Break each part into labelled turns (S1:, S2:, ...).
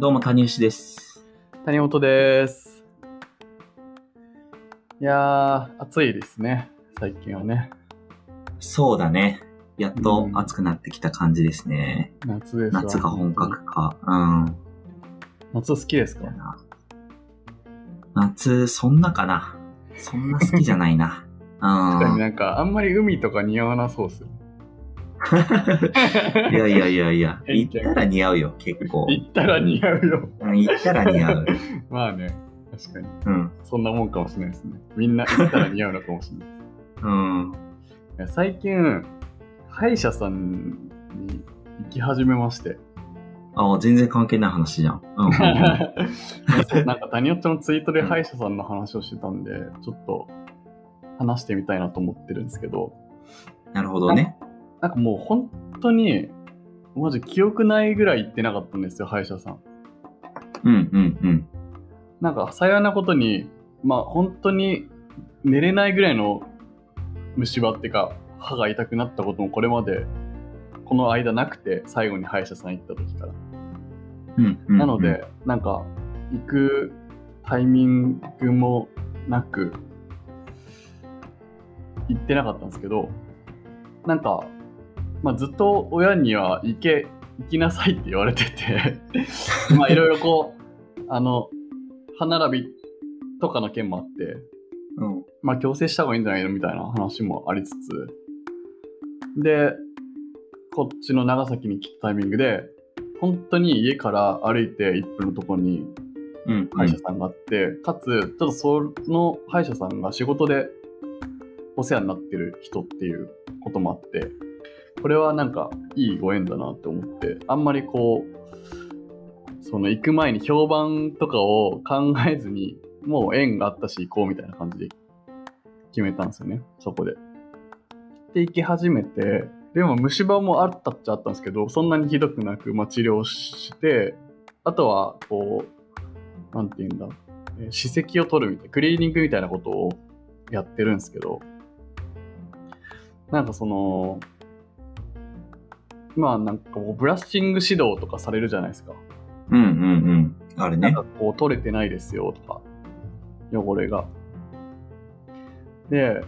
S1: どうも谷吉です。
S2: 谷本です。いやー、暑いですね、最近はね。
S1: そうだね。やっと
S2: うん
S1: 暑くなってきた感じですね。
S2: 夏ですわ
S1: 夏が本格化。うん。
S2: 夏好きですか
S1: 夏、そんなかな。そんな好きじゃない な。
S2: 確かに
S1: う
S2: なんか、あんまり海とか似合わなそうっすよ。
S1: ん。いやいやいやいや、
S2: 偏
S1: 行っ
S2: 見
S1: たら似合うよ、結構。うん
S2: 行ったら似合うよ。
S1: 行ったら似合う。
S2: まあね、確かに。
S1: うん。
S2: そんなもんかもしれないですね。みんな行ったら似合うのかもしれない。
S1: うん。
S2: いや最近、歯医者さんに行き始めまして。
S1: あ全然関係ない話じゃん。うんうんうん。
S2: そうなんか谷ちのツイートで歯医者さんの話をしてたんで、ちょっと話してみたいなと思ってるんですけど、
S1: なるほどね。
S2: なんかもう本当に、マジ記憶ないぐらい行ってなかったんですよ、歯医者さん。
S1: うんうんうん。
S2: なんか幸いなことに、まあ本当に寝れないぐらいの虫歯っていうか、歯が痛くなったこともこれまで、この間なくて、最後に歯医者さん行った時から。
S1: うんうんうん
S2: なの。で、なんか、行くタイミングもなく、行ってなかったんですけど、なんか、まあ、ずっと親には行け、行きなさいって言われてて、 まあ、いろいろこう、あの、歯並びとかの件もあって、
S1: うん。
S2: まあ、強制した方がいいんじゃないのみたいな話もありつつ、で、こっちの長崎に来たタイミングで、本当に家から歩いて1分のところに
S1: うんう
S2: 歯医者
S1: ん。
S2: さんがあって、かつ、ちょっとその歯医者さんが仕事でお世話になってる人っていうこともあって、これはなんかいいご縁だなって思って、あんまりこう、その行く前に評判とかを考えずに、もう縁があったし行こうみたいな感じで決めたんですよね、そこで。で、行き始めて、でも虫歯もあったっちゃあったんですけど、そんなにひどくなく、まあ、治療して、あとは、こう、なんて言うんだ、えー歯石を取るみたいな、クリーニングみたいなことをやってるんですけど、なんかその、まあなんかこうブラッシング指導とかされるじゃないですか。
S1: うんうんうん。あれ
S2: なん
S1: ね
S2: か。こう取れてないですよとか、汚れが。で、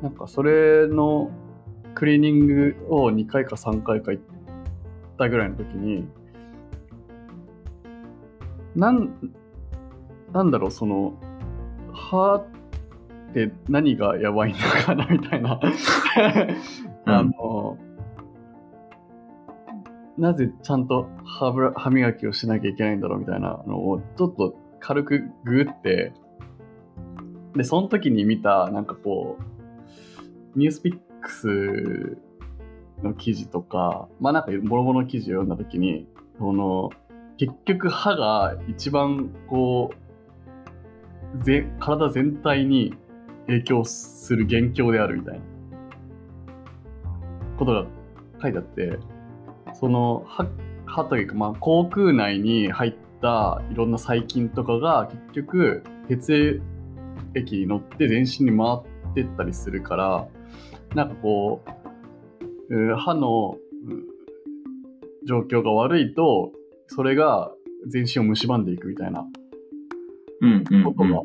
S2: なんかそれのクリーニングを2回か3回か行ったぐらいの時に、なん、なんだろう、その、歯って何がやばいのかなみたいな。あの、なぜちゃんと歯ブラ歯磨きをしなきゃいけないんだろうみたいなのをちょっと軽くグーってでその時に見たなんかこうニュースピックスの記事とかまあなんかボロボロの記事を読んだ時にその結局歯が一番こうぜ体全体に影響する元凶であるみたいなことが書いてあってその歯歯というか、まあ、口腔内に入ったいろんな細菌とかが結局血液に乗って全身に回ってったりするからなんかこううん歯のうん状況が悪いとそれが全身を蝕んでいくみたいな
S1: うんうん
S2: こと
S1: う
S2: が
S1: ん。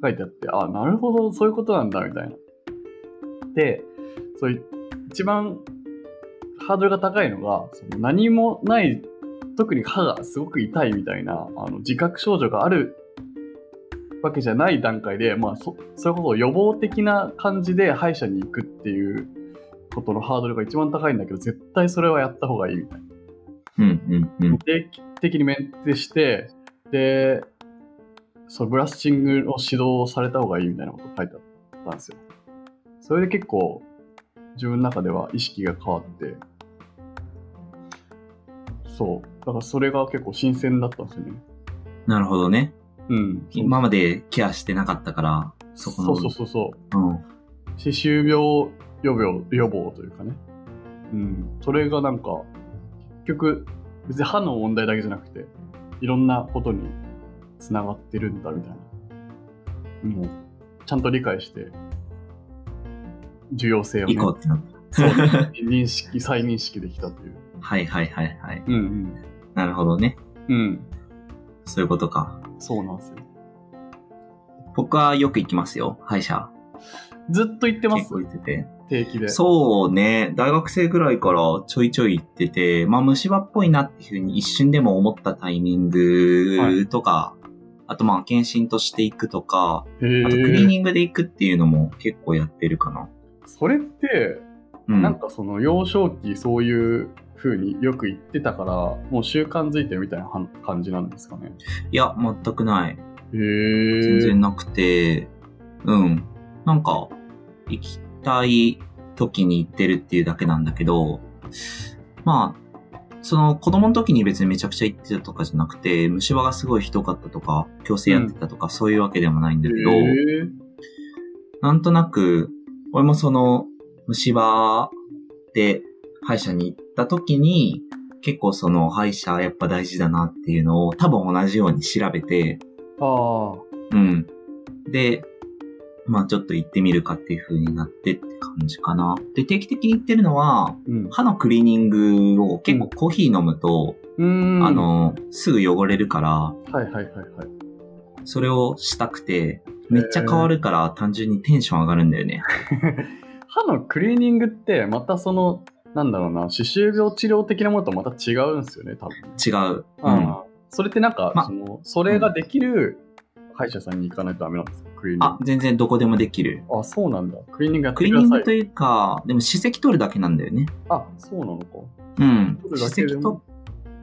S2: 書いてあって、あなるほどそういうことなんだみたいな。でそういう一番ハードルが高いのがその何もない特に歯がすごく痛いみたいなあの自覚症状があるわけじゃない段階で、まあ、そそれこそ予防的な感じで歯医者に行くっていうことのハードルが一番高いんだけど絶対それはやった方がいいみたいな。
S1: うんうんうん。
S2: 定期的にメンテして、で、そのブラッシングの指導をされた方がいいみたいなこと書いてあったんですよ。それで結構自分の中では意識が変わって、そう。だからそれが結構新鮮だったんですよね。
S1: なるほどね。
S2: うん。
S1: 今までケアしてなかったから、そこ
S2: そ
S1: の。
S2: うそうそうそう。
S1: うん。
S2: 歯周病予防予防というかね、うん、それがなんか結局別に歯の問題だけじゃなくていろんなことにつながってるんだみたいな、うん、ちゃんと理解して重要性を、ね、
S1: 行こうってなった。
S2: そう認識再認識できたという、
S1: はいはいはいはい。
S2: うん
S1: なるほどね。
S2: うんうん。
S1: そういうことか。
S2: そうなんですよ。
S1: 僕はよく行きますよ、歯医者。
S2: ずっと言ってま
S1: 結
S2: す
S1: 構行ってて。
S2: 定期で。
S1: そうね、大学生ぐらいからちょいちょい行ってて、まあ虫歯っぽいなっていうふうに一瞬でも思ったタイミングとか、あとまあ検診として行くとか、
S2: へ
S1: あとクリーニングで行くっていうのも結構やってるかな。
S2: それって、
S1: うん。
S2: なんかその幼少期そういう風によく言ってたから、もう習慣づいてるみたいなは感じなんですかね。
S1: いや、全くない。
S2: へ
S1: 全
S2: え
S1: 然。なくて、うん。なんか、行きたい時に行ってるっていうだけなんだけど、まあ、その子供の時に別にめちゃくちゃ行ってたとかじゃなくて、虫歯がすごいひどかったとか、矯正やってたとか、そういうわけでもないんだけど、
S2: へー
S1: なんとなく、俺もその虫歯で歯医者に行った時に、結構その歯医者やっぱ大事だなっていうのを多分同じように調べて、
S2: ああ。
S1: うん。で、まあちょっと行ってみるかっていう風になってって感じかな。で、定期的に行ってるのは、
S2: うん。
S1: 歯のクリーニングを結構コーヒー飲むと、
S2: うーん。
S1: あ。の、すぐ汚れるから、
S2: はいはいはいはい。
S1: それをしたくて、めっちゃ変わるから単純にテンション上がるんだよね。
S2: 歯のクリーニングって、またその、なんだろうな、歯周病治療的なものとまた違うんですよね、多分。
S1: 違う。う
S2: あ
S1: ん。
S2: あそれってなんか、
S1: ま
S2: その、それができる歯医者さんに行かないとダメなんですか、クリーニン
S1: あ、全然どこでもできる。
S2: グ。あそうなんだ。クリーニングやっ
S1: ク
S2: て
S1: リー
S2: く
S1: ニ
S2: だ
S1: ン
S2: さ
S1: グと
S2: い。
S1: いうか、でも歯石取るだけなんだよね。
S2: あ、そうなのか。
S1: うん。
S2: 取る
S1: 歯
S2: だ
S1: 石
S2: けで
S1: 取
S2: も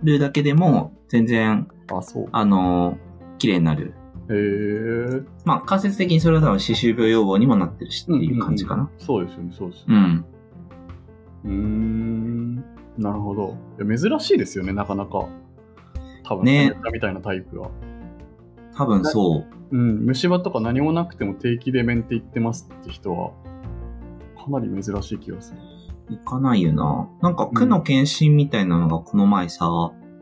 S1: るだけでも、全然、
S2: あ、そう。
S1: あの、綺麗になる。
S2: へえ。
S1: まあ、間接的にそれは多分歯周病予防にもなってるしっていう感じかな。
S2: そうですよね、そうですよ
S1: う
S2: ね。
S1: ん。
S2: うーん、なるほど。いや珍しいですよね、なかなか。多分、
S1: ね
S2: ね、みたいなタイプは。
S1: 多分そう。
S2: うん、虫歯とか何もなくても定期でメンテ行ってますって人は、かなり珍しい気がする。
S1: 行かないよな。なんか区の検診みたいなのがこの前さ、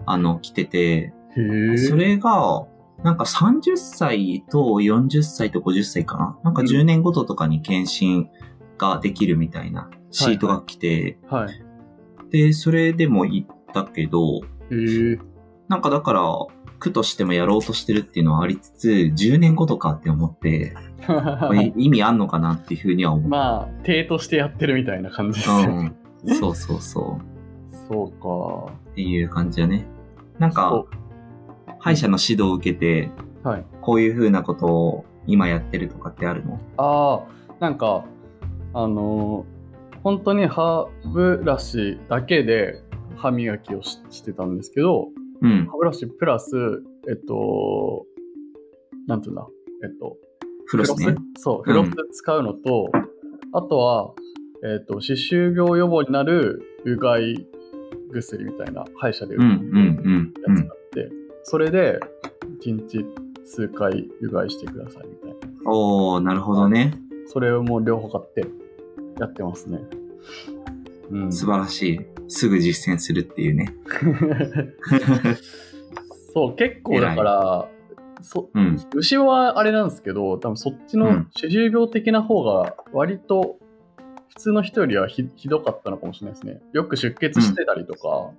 S1: あの、来てて、
S2: へえ。
S1: それが、なんか30歳と40歳と50歳かななんか
S2: うん
S1: 10年ごととかに検診ができるみたいなシートが来て、
S2: はい。
S1: で、それでも行ったけど、
S2: へえ。
S1: なんかだから、区としてもやろうとしてるっていうのはありつつ、10年ごとかって思って、これ意味あんのかなっていうふうには思う。
S2: まあ、手としてやってるみたいな感じですよね。
S1: うん、そうそうそ
S2: そう
S1: う。っていう感じだね。な
S2: か。
S1: んか
S2: そ、
S1: 歯医者の指導を受けて、
S2: うはい。
S1: こういう風なことを今やってるとかってあるの
S2: ああなんかあのー本当に歯ブラシだけで歯磨きをししてたんですけど
S1: うん。
S2: 歯ブラシプラスえっとなんていうんだえっと
S1: フロスね。
S2: そう
S1: う
S2: フ
S1: ん
S2: ロス使うのと、あとはえっと歯周病予防になるうがい薬みたいな歯医者で売
S1: うん
S2: ってる
S1: うんうんう
S2: やつ
S1: ん
S2: があ。って、それで1日数回うがいしてくださいみたいな
S1: おー、なるほどね。
S2: それをもう両方買ってやってますね。うん、
S1: 素晴らしい。すぐ実践するっていうね。
S2: そう、結構だから、そ
S1: うん。
S2: 牛はあれなんですけど、多分そっち
S1: う
S2: の
S1: ん
S2: 歯周病的な方が割と普通の人よりはひひどかったのかもしれないですね。よく出血してたりとか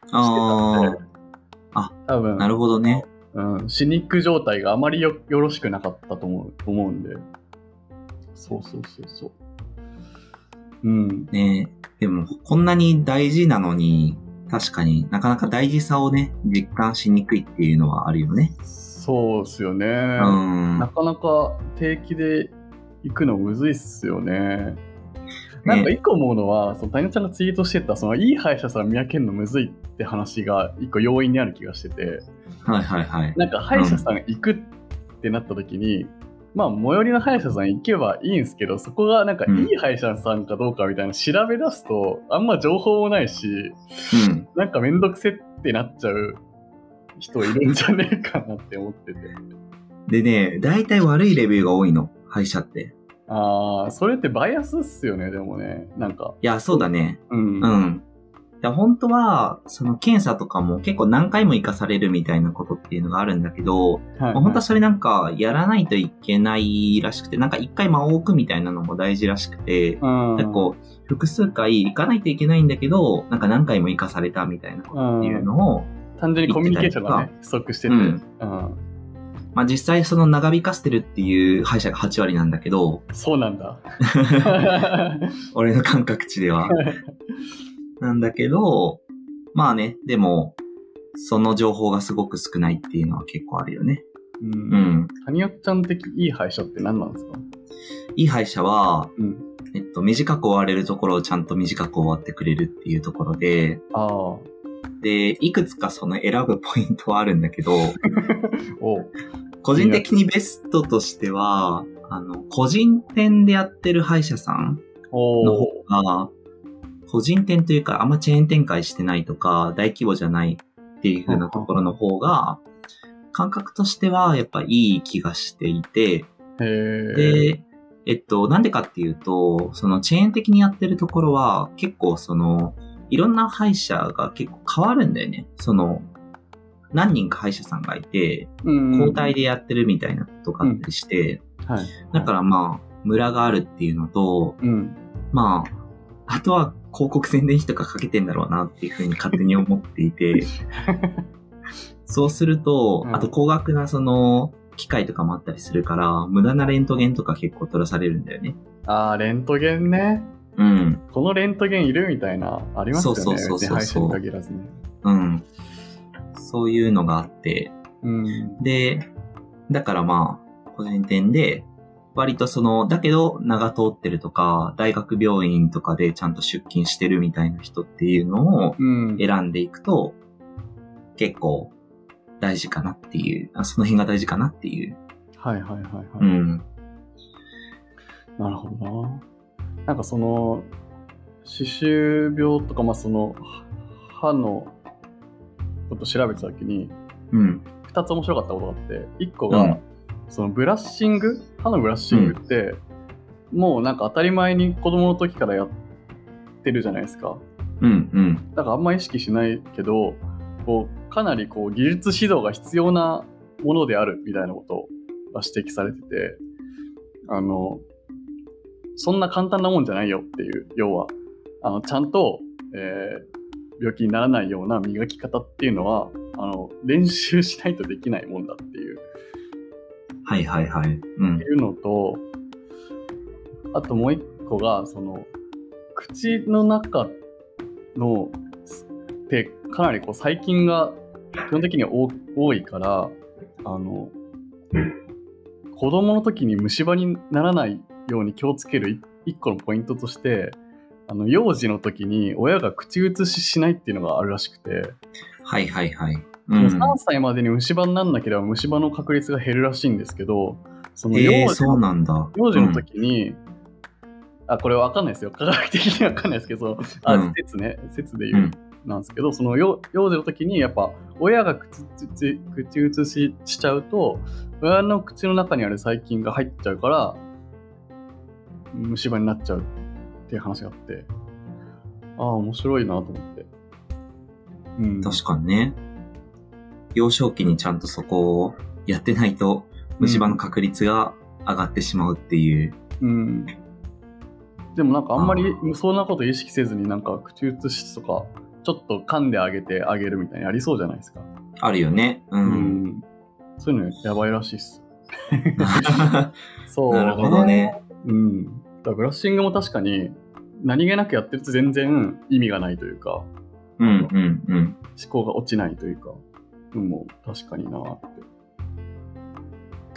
S1: あー
S2: してたんで、
S1: あ
S2: 多分
S1: なるほどね。
S2: うん、歯肉状態があまりよよろしくなかったと思う思うんで。そうそうそうそう。うん、
S1: ねでも、こんなに大事なのに、確かになかなか大事さをね、実感しにくいっていうのはあるよね。
S2: そうですよね。
S1: うん。
S2: なかなか定期で行くのむずいっすよね。なんか一個思うのは、その谷ちゃんがツイートしてた、そのいい歯医者さん見分けるのむずいって話が一個要因にある気がしてて、
S1: はいはいはい。
S2: なんか歯医者さん行くってなった時に、まあ最寄りの歯医者さん行けばいいんですけど、そこがなんか
S1: うん
S2: いい歯医者さんかどうかみたいな調べ出すと、あんま情報もないし、
S1: うん。
S2: なんかめんどくせってなっちゃう人いるんじゃねえかなって思ってて。
S1: でね、大体悪いレビューが多いの、歯医者って。
S2: ああ、それってバイアスっすよね、でもね。なんか。
S1: いや、そうだね。
S2: うん。
S1: うん。いや本当は、その検査とかも結構何回も活かされるみたいなことっていうのがあるんだけど、
S2: はい、
S1: まあ本当はそれなんかやらないといけないらしくて、なんか一回間を置くみたいなのも大事らしくて、
S2: うん、
S1: 結構複数回行かないといけないんだけど、なんか何回も行かされたみたいなことっていうのを、
S2: 単純にコミュニケーションが
S1: 行ってたり
S2: ね、不足して
S1: う
S2: て、うん
S1: ん。まあ実際その長引かせてるっていう歯医者が8割なんだけど、
S2: そうな んだ。
S1: 俺の感覚値では。なんだけど、まあね、でも、その情報がすごく少ないっていうのは結構あるよね。
S2: う。
S1: うんん。
S2: 谷尾ちゃん的いい歯医者って何なんですか
S1: いい歯医者は、
S2: うん。
S1: えっと、短く終われるところをちゃんと短く終わってくれるっていうところで、
S2: ああ、お
S1: で、いくつかその選ぶポイントはあるんだけど、
S2: う
S1: 個人的にベストとしては、あの、個人店でやってる歯医者さんの
S2: お
S1: 方
S2: う
S1: が、個人店というか、あんまチェーン展開してないとか、大規模じゃないっていう風なところの方が、感覚としてはやっぱいい気がしていて、
S2: へえ。
S1: で、えっと、なんでかっていうと、そのチェーン的にやってるところは、結構その、いろんな歯医者が結構変わるんだよね。その、何人か歯医者さんがいて、
S2: うん
S1: 交代。でやってるみたいなことがあったりして、
S2: はい。
S1: だからまあ、ムラがあるっていうのと、
S2: うん。
S1: まあ、あとは広告宣伝費とかかけてんだろうなっていうふうに勝手に思っていて、そうすると、
S2: うん
S1: あと高額なその、機械とかもあったりするから、無駄なレントゲンとか結構取らされるんだよね。
S2: ああ、レントゲンね。
S1: うん。
S2: このレントゲンいるみたいな、ありますよね。
S1: そうそうそうそう
S2: 別に歯医者に限らずね。
S1: うん。そういうのがあって。
S2: うん。
S1: で、だからまあ、個人店で、割とその、だけど長通ってるとか、大学病院とかでちゃんと出勤してるみたいな人っていうのを、
S2: うん。
S1: 選んでいくと、結構大事かなっていう、あその辺が大事かなっていう。
S2: はいはいはいはい。
S1: うん。
S2: なるほどな。なんかその、歯周病とか、まあその、歯のこと調べてた時に、
S1: うん。
S2: 2つ面白かったことがあって、1個
S1: う
S2: が
S1: ん、
S2: そのブラッシング、歯のブラッシングって、もうなんか当たり前に子供の時からやってるじゃないですか。
S1: うん。うん。
S2: だからあんま意識しないけど、こうかなりこう技術指導が必要なものであるみたいなことが指摘されてて、あの、そんな簡単なもんじゃないよっていう、要は、あの、ちゃんと、えー病気にならないような磨き方っていうのは、あの、練習しないとできないもんだっていう
S1: はいはいはい。う
S2: って
S1: ん。
S2: いうのと、あともう一個が、その、口の中の、ってかなりこう細菌が基本的には多多いから、あの、子供の時に虫歯にならないように気をつけるい一個のポイントとして、あの、幼児の時に親が口移ししないっていうのがあるらしくて、
S1: はいはいはい。う。
S2: もうん3歳までに虫歯にならなければ虫歯の確率が減るらしいんですけど、その
S1: ええ
S2: 幼児
S1: そうなんだ。
S2: 幼児の時に、あこれは分かんないですよ科学的には分かんないですけどあ、
S1: うん
S2: 説ね説で
S1: う。
S2: 言うんなんですけどその幼幼児の時にやっぱ親が口口口移ししちゃうと親の口の中にある細菌が入っちゃうから虫歯になっちゃうっていう話があってああ面白いなと思ってうん
S1: うん。確かにね。幼少期にちゃんとそこをやってないと、虫歯の確率が上がってしまうっていう。
S2: うん、でもなんかあんまり
S1: あー
S2: そんなこと意識せずになんか口移しとかちょっと噛んであげてあげるみたいにありそうじゃないですか、
S1: あるよね。う。
S2: うんそういうのやばいらしいっす
S1: な
S2: そう
S1: るほどね。
S2: うんだからブラッシングも確かに何気なくやってると全然意味がないというか
S1: うんうんうん。
S2: 思考が落ちないというかうんもう確かになーって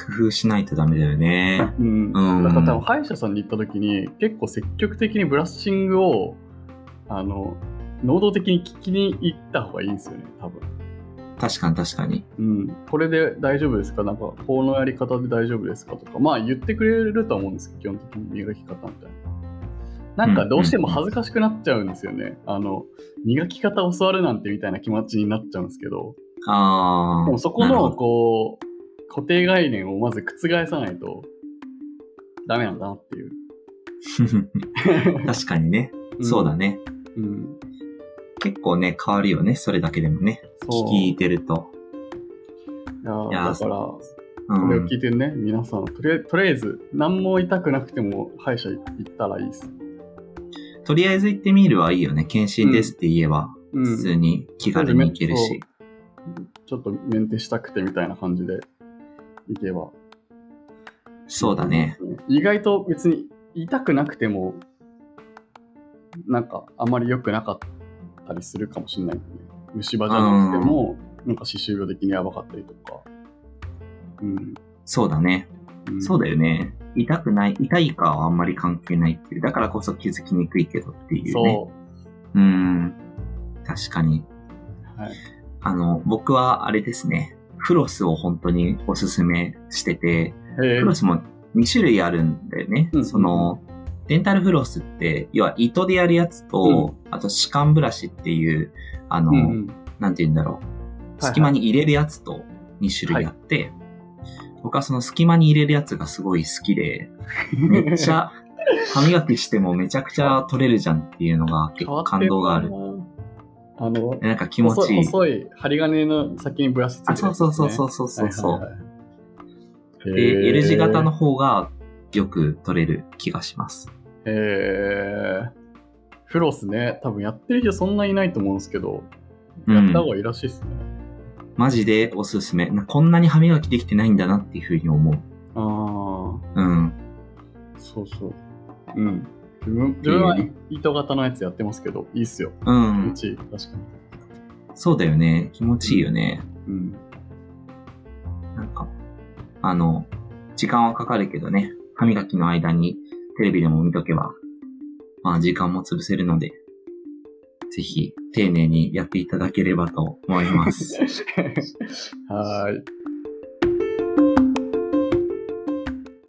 S1: 工夫しないとダメだよね。
S2: うん、
S1: うん
S2: だから多分歯医者さんに行った時に結構積極的にブラッシングをあの能動的に聞きに行った方がいいんですよね多分、
S1: 確かに確かに。
S2: うん、これで大丈夫ですかなんかこのやり方で大丈夫ですかとかまあ言ってくれるとは思うんですけど基本的に磨き方みたいななんかどうしても恥ずかしくなっちゃうんですよね、あの磨き方教わるなんてみたいな気持ちになっちゃうんですけど
S1: ああ。
S2: でもそこ
S1: なるほ
S2: の
S1: ど
S2: こう固定概念をまず覆さないとダメなんだなっていう
S1: 確かにね、そうだ
S2: ね。
S1: ね。
S2: うん。
S1: 結構ね、変わるよね。それだけでもね。
S2: そう。
S1: 聞
S2: い
S1: いてると。
S2: やー
S1: いやー
S2: だから、こ
S1: う
S2: れを
S1: ん
S2: 聞いてるね、皆さんとりあえず、とりあえず、何も痛くなくても歯医者行ったらいいです。
S1: とりあえず行ってみるはいいよね。検診ですって言えば、
S2: う
S1: 普通
S2: ん。
S1: に気軽に行けるし。
S2: ちょっとメンテしたくてみたいな感じでいけば。
S1: そうだね。
S2: 意外と別に痛くなくても、なんかあまり良くなかったりするかもしれない、ね。虫歯じゃなくても、なんか歯周病的にやばかったりとか。うん。
S1: そうだね。
S2: ん
S1: そうだよね。痛くない、痛いかはあんまり関係ないっていう。だからこそ気づきにくいけどっていうね。。
S2: そう
S1: ん。確かに。
S2: う。はい。
S1: あの、僕はあれですね。フロスを本当におすすめしてて、
S2: え
S1: フロスも2種類あるんだよね。
S2: うん
S1: その、デンタルフロスって、要は糸でやるやつと、あと歯間ブラシっていう、あの、
S2: うんうん。
S1: なんて言うんだろう。
S2: はい
S1: 隙間に入れるやつと2種類あって、僕はその隙間に入れるやつがすごい好きで、めっち ゃ、歯磨きしてもめちゃくちゃ取れるじゃんっていうのが結構感動がある。
S2: あの、
S1: なんか気持ちいい。
S2: 細い細い針金の先にブラシついて
S1: あ、そうそうそうそううそうそうそう、
S2: う
S1: で、L 字型の。方がよく取れる気がします。
S2: へーフロスね、多分やってる人そんないないと思うんですけど、
S1: う
S2: やった
S1: ん
S2: 方。がいいらしいですね。
S1: マジでおすすめ。なこんなに歯磨きできてないんだなっていうふうに思う。
S2: あ
S1: うん。
S2: あ、そうそう。うん。自分自分は糸型のやつやってますけど、いいっすよ。
S1: う。
S2: うんち、確かに。
S1: そうだよね。気持ちいいよね。
S2: うん。
S1: なんか、あの、時間はかかるけどね、歯磨きの間にテレビでも見とけば、まあ時間も潰せるので、ぜひ丁寧にやっていた だければと思います。
S2: はーい。